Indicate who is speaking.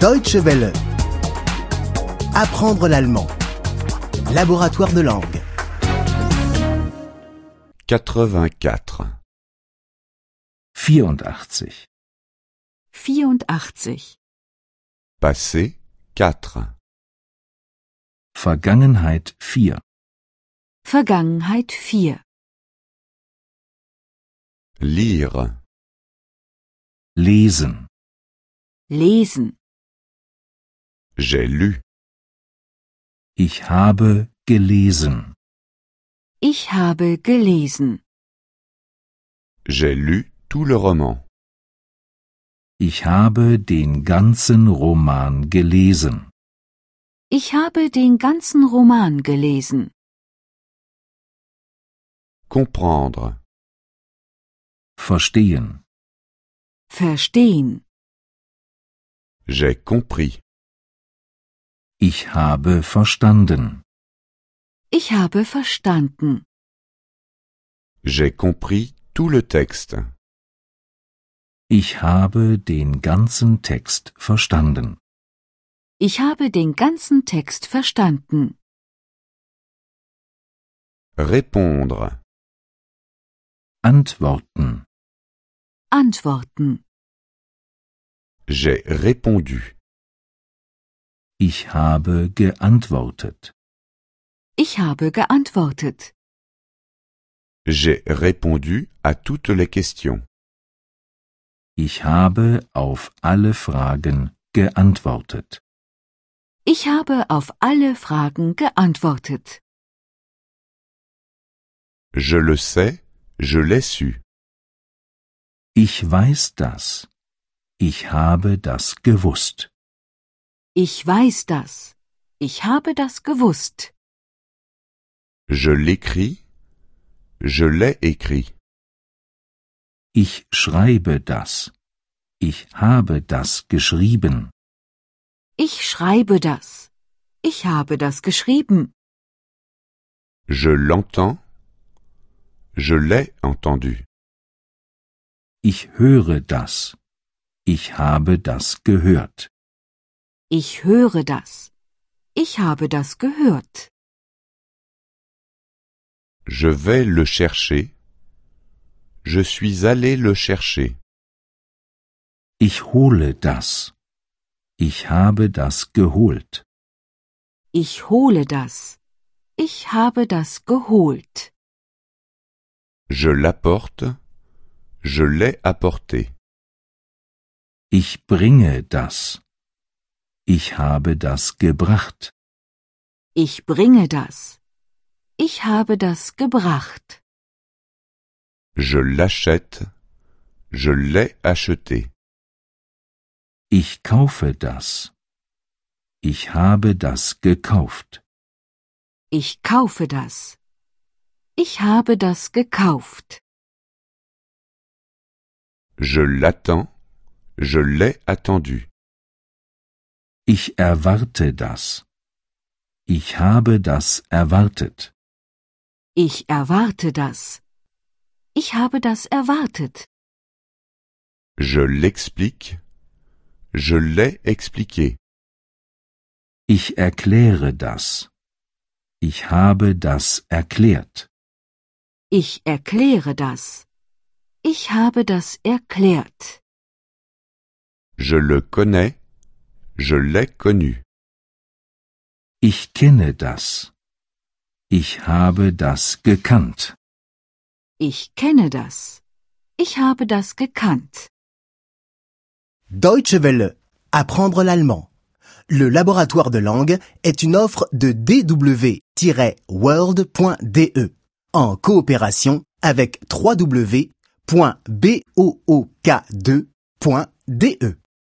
Speaker 1: Deutsche Welle. Apprendre l'allemand. Laboratoire de langue.
Speaker 2: 84.
Speaker 3: 84.
Speaker 4: 84.
Speaker 2: Passé 4.
Speaker 3: Vergangenheit 4.
Speaker 4: Vergangenheit 4.
Speaker 2: Lire.
Speaker 3: Lesen.
Speaker 4: Lesen.
Speaker 2: J'ai lu.
Speaker 3: Ich habe gelesen.
Speaker 4: Ich habe gelesen.
Speaker 2: J'ai lu tout le roman.
Speaker 3: Ich habe den ganzen Roman gelesen.
Speaker 4: Ich habe den ganzen Roman gelesen.
Speaker 2: Comprendre.
Speaker 3: Verstehen.
Speaker 4: Verstehen.
Speaker 2: J'ai compris.
Speaker 3: Ich habe verstanden.
Speaker 4: Ich habe verstanden.
Speaker 2: J'ai compris tout le texte.
Speaker 3: Ich habe den ganzen Text verstanden.
Speaker 4: Ich habe den ganzen Text verstanden.
Speaker 2: Répondre.
Speaker 3: Antworten.
Speaker 4: Antworten.
Speaker 2: J'ai répondu.
Speaker 3: Ich habe geantwortet.
Speaker 4: Ich habe geantwortet.
Speaker 2: J'ai répondu à toutes les questions.
Speaker 3: Ich habe auf alle Fragen geantwortet.
Speaker 4: Ich habe auf alle Fragen geantwortet.
Speaker 2: Je le sais, je l'ai su.
Speaker 3: Ich weiß das. Ich habe das gewusst.
Speaker 4: Ich weiß das. Ich habe das gewusst.
Speaker 2: Je l'écris. Je l'ai écrit.
Speaker 3: Ich schreibe das. Ich habe das geschrieben.
Speaker 4: Ich schreibe das. Ich habe das geschrieben.
Speaker 2: Je l'entends. Je l'ai entendu.
Speaker 3: Ich höre das. Ich habe das gehört.
Speaker 4: Ich höre das. Ich habe das gehört.
Speaker 2: Je vais le chercher. Je suis allé le chercher.
Speaker 3: Ich hole das. Ich habe das geholt.
Speaker 4: Ich hole das. Ich habe das geholt.
Speaker 2: Je l'apporte. Je l'ai apporté.
Speaker 3: Ich bringe das. Ich habe das gebracht.
Speaker 4: Ich bringe das. Ich habe das gebracht.
Speaker 2: Je l'achète. Je l'ai acheté.
Speaker 3: Ich kaufe das. Ich habe das gekauft.
Speaker 4: Ich kaufe das. Ich habe das gekauft.
Speaker 2: Je l'attends. Je l'ai attendu.
Speaker 3: Ich erwarte das. Ich habe das erwartet.
Speaker 4: Ich erwarte das. Ich habe das erwartet.
Speaker 2: Je l'explique. Je l'ai expliqué.
Speaker 3: Ich erkläre das. Ich habe das erklärt.
Speaker 4: Ich erkläre das. Ich habe das erklärt.
Speaker 2: Je le connais. Je l'ai connu.
Speaker 3: Ich kenne das. Ich habe das gekannt.
Speaker 4: Ich kenne das. Ich habe das gekannt.
Speaker 1: Deutsche Welle. Apprendre l'allemand. Le laboratoire de langue est une offre de dw-world.de E. en coopération avec www.book2.de.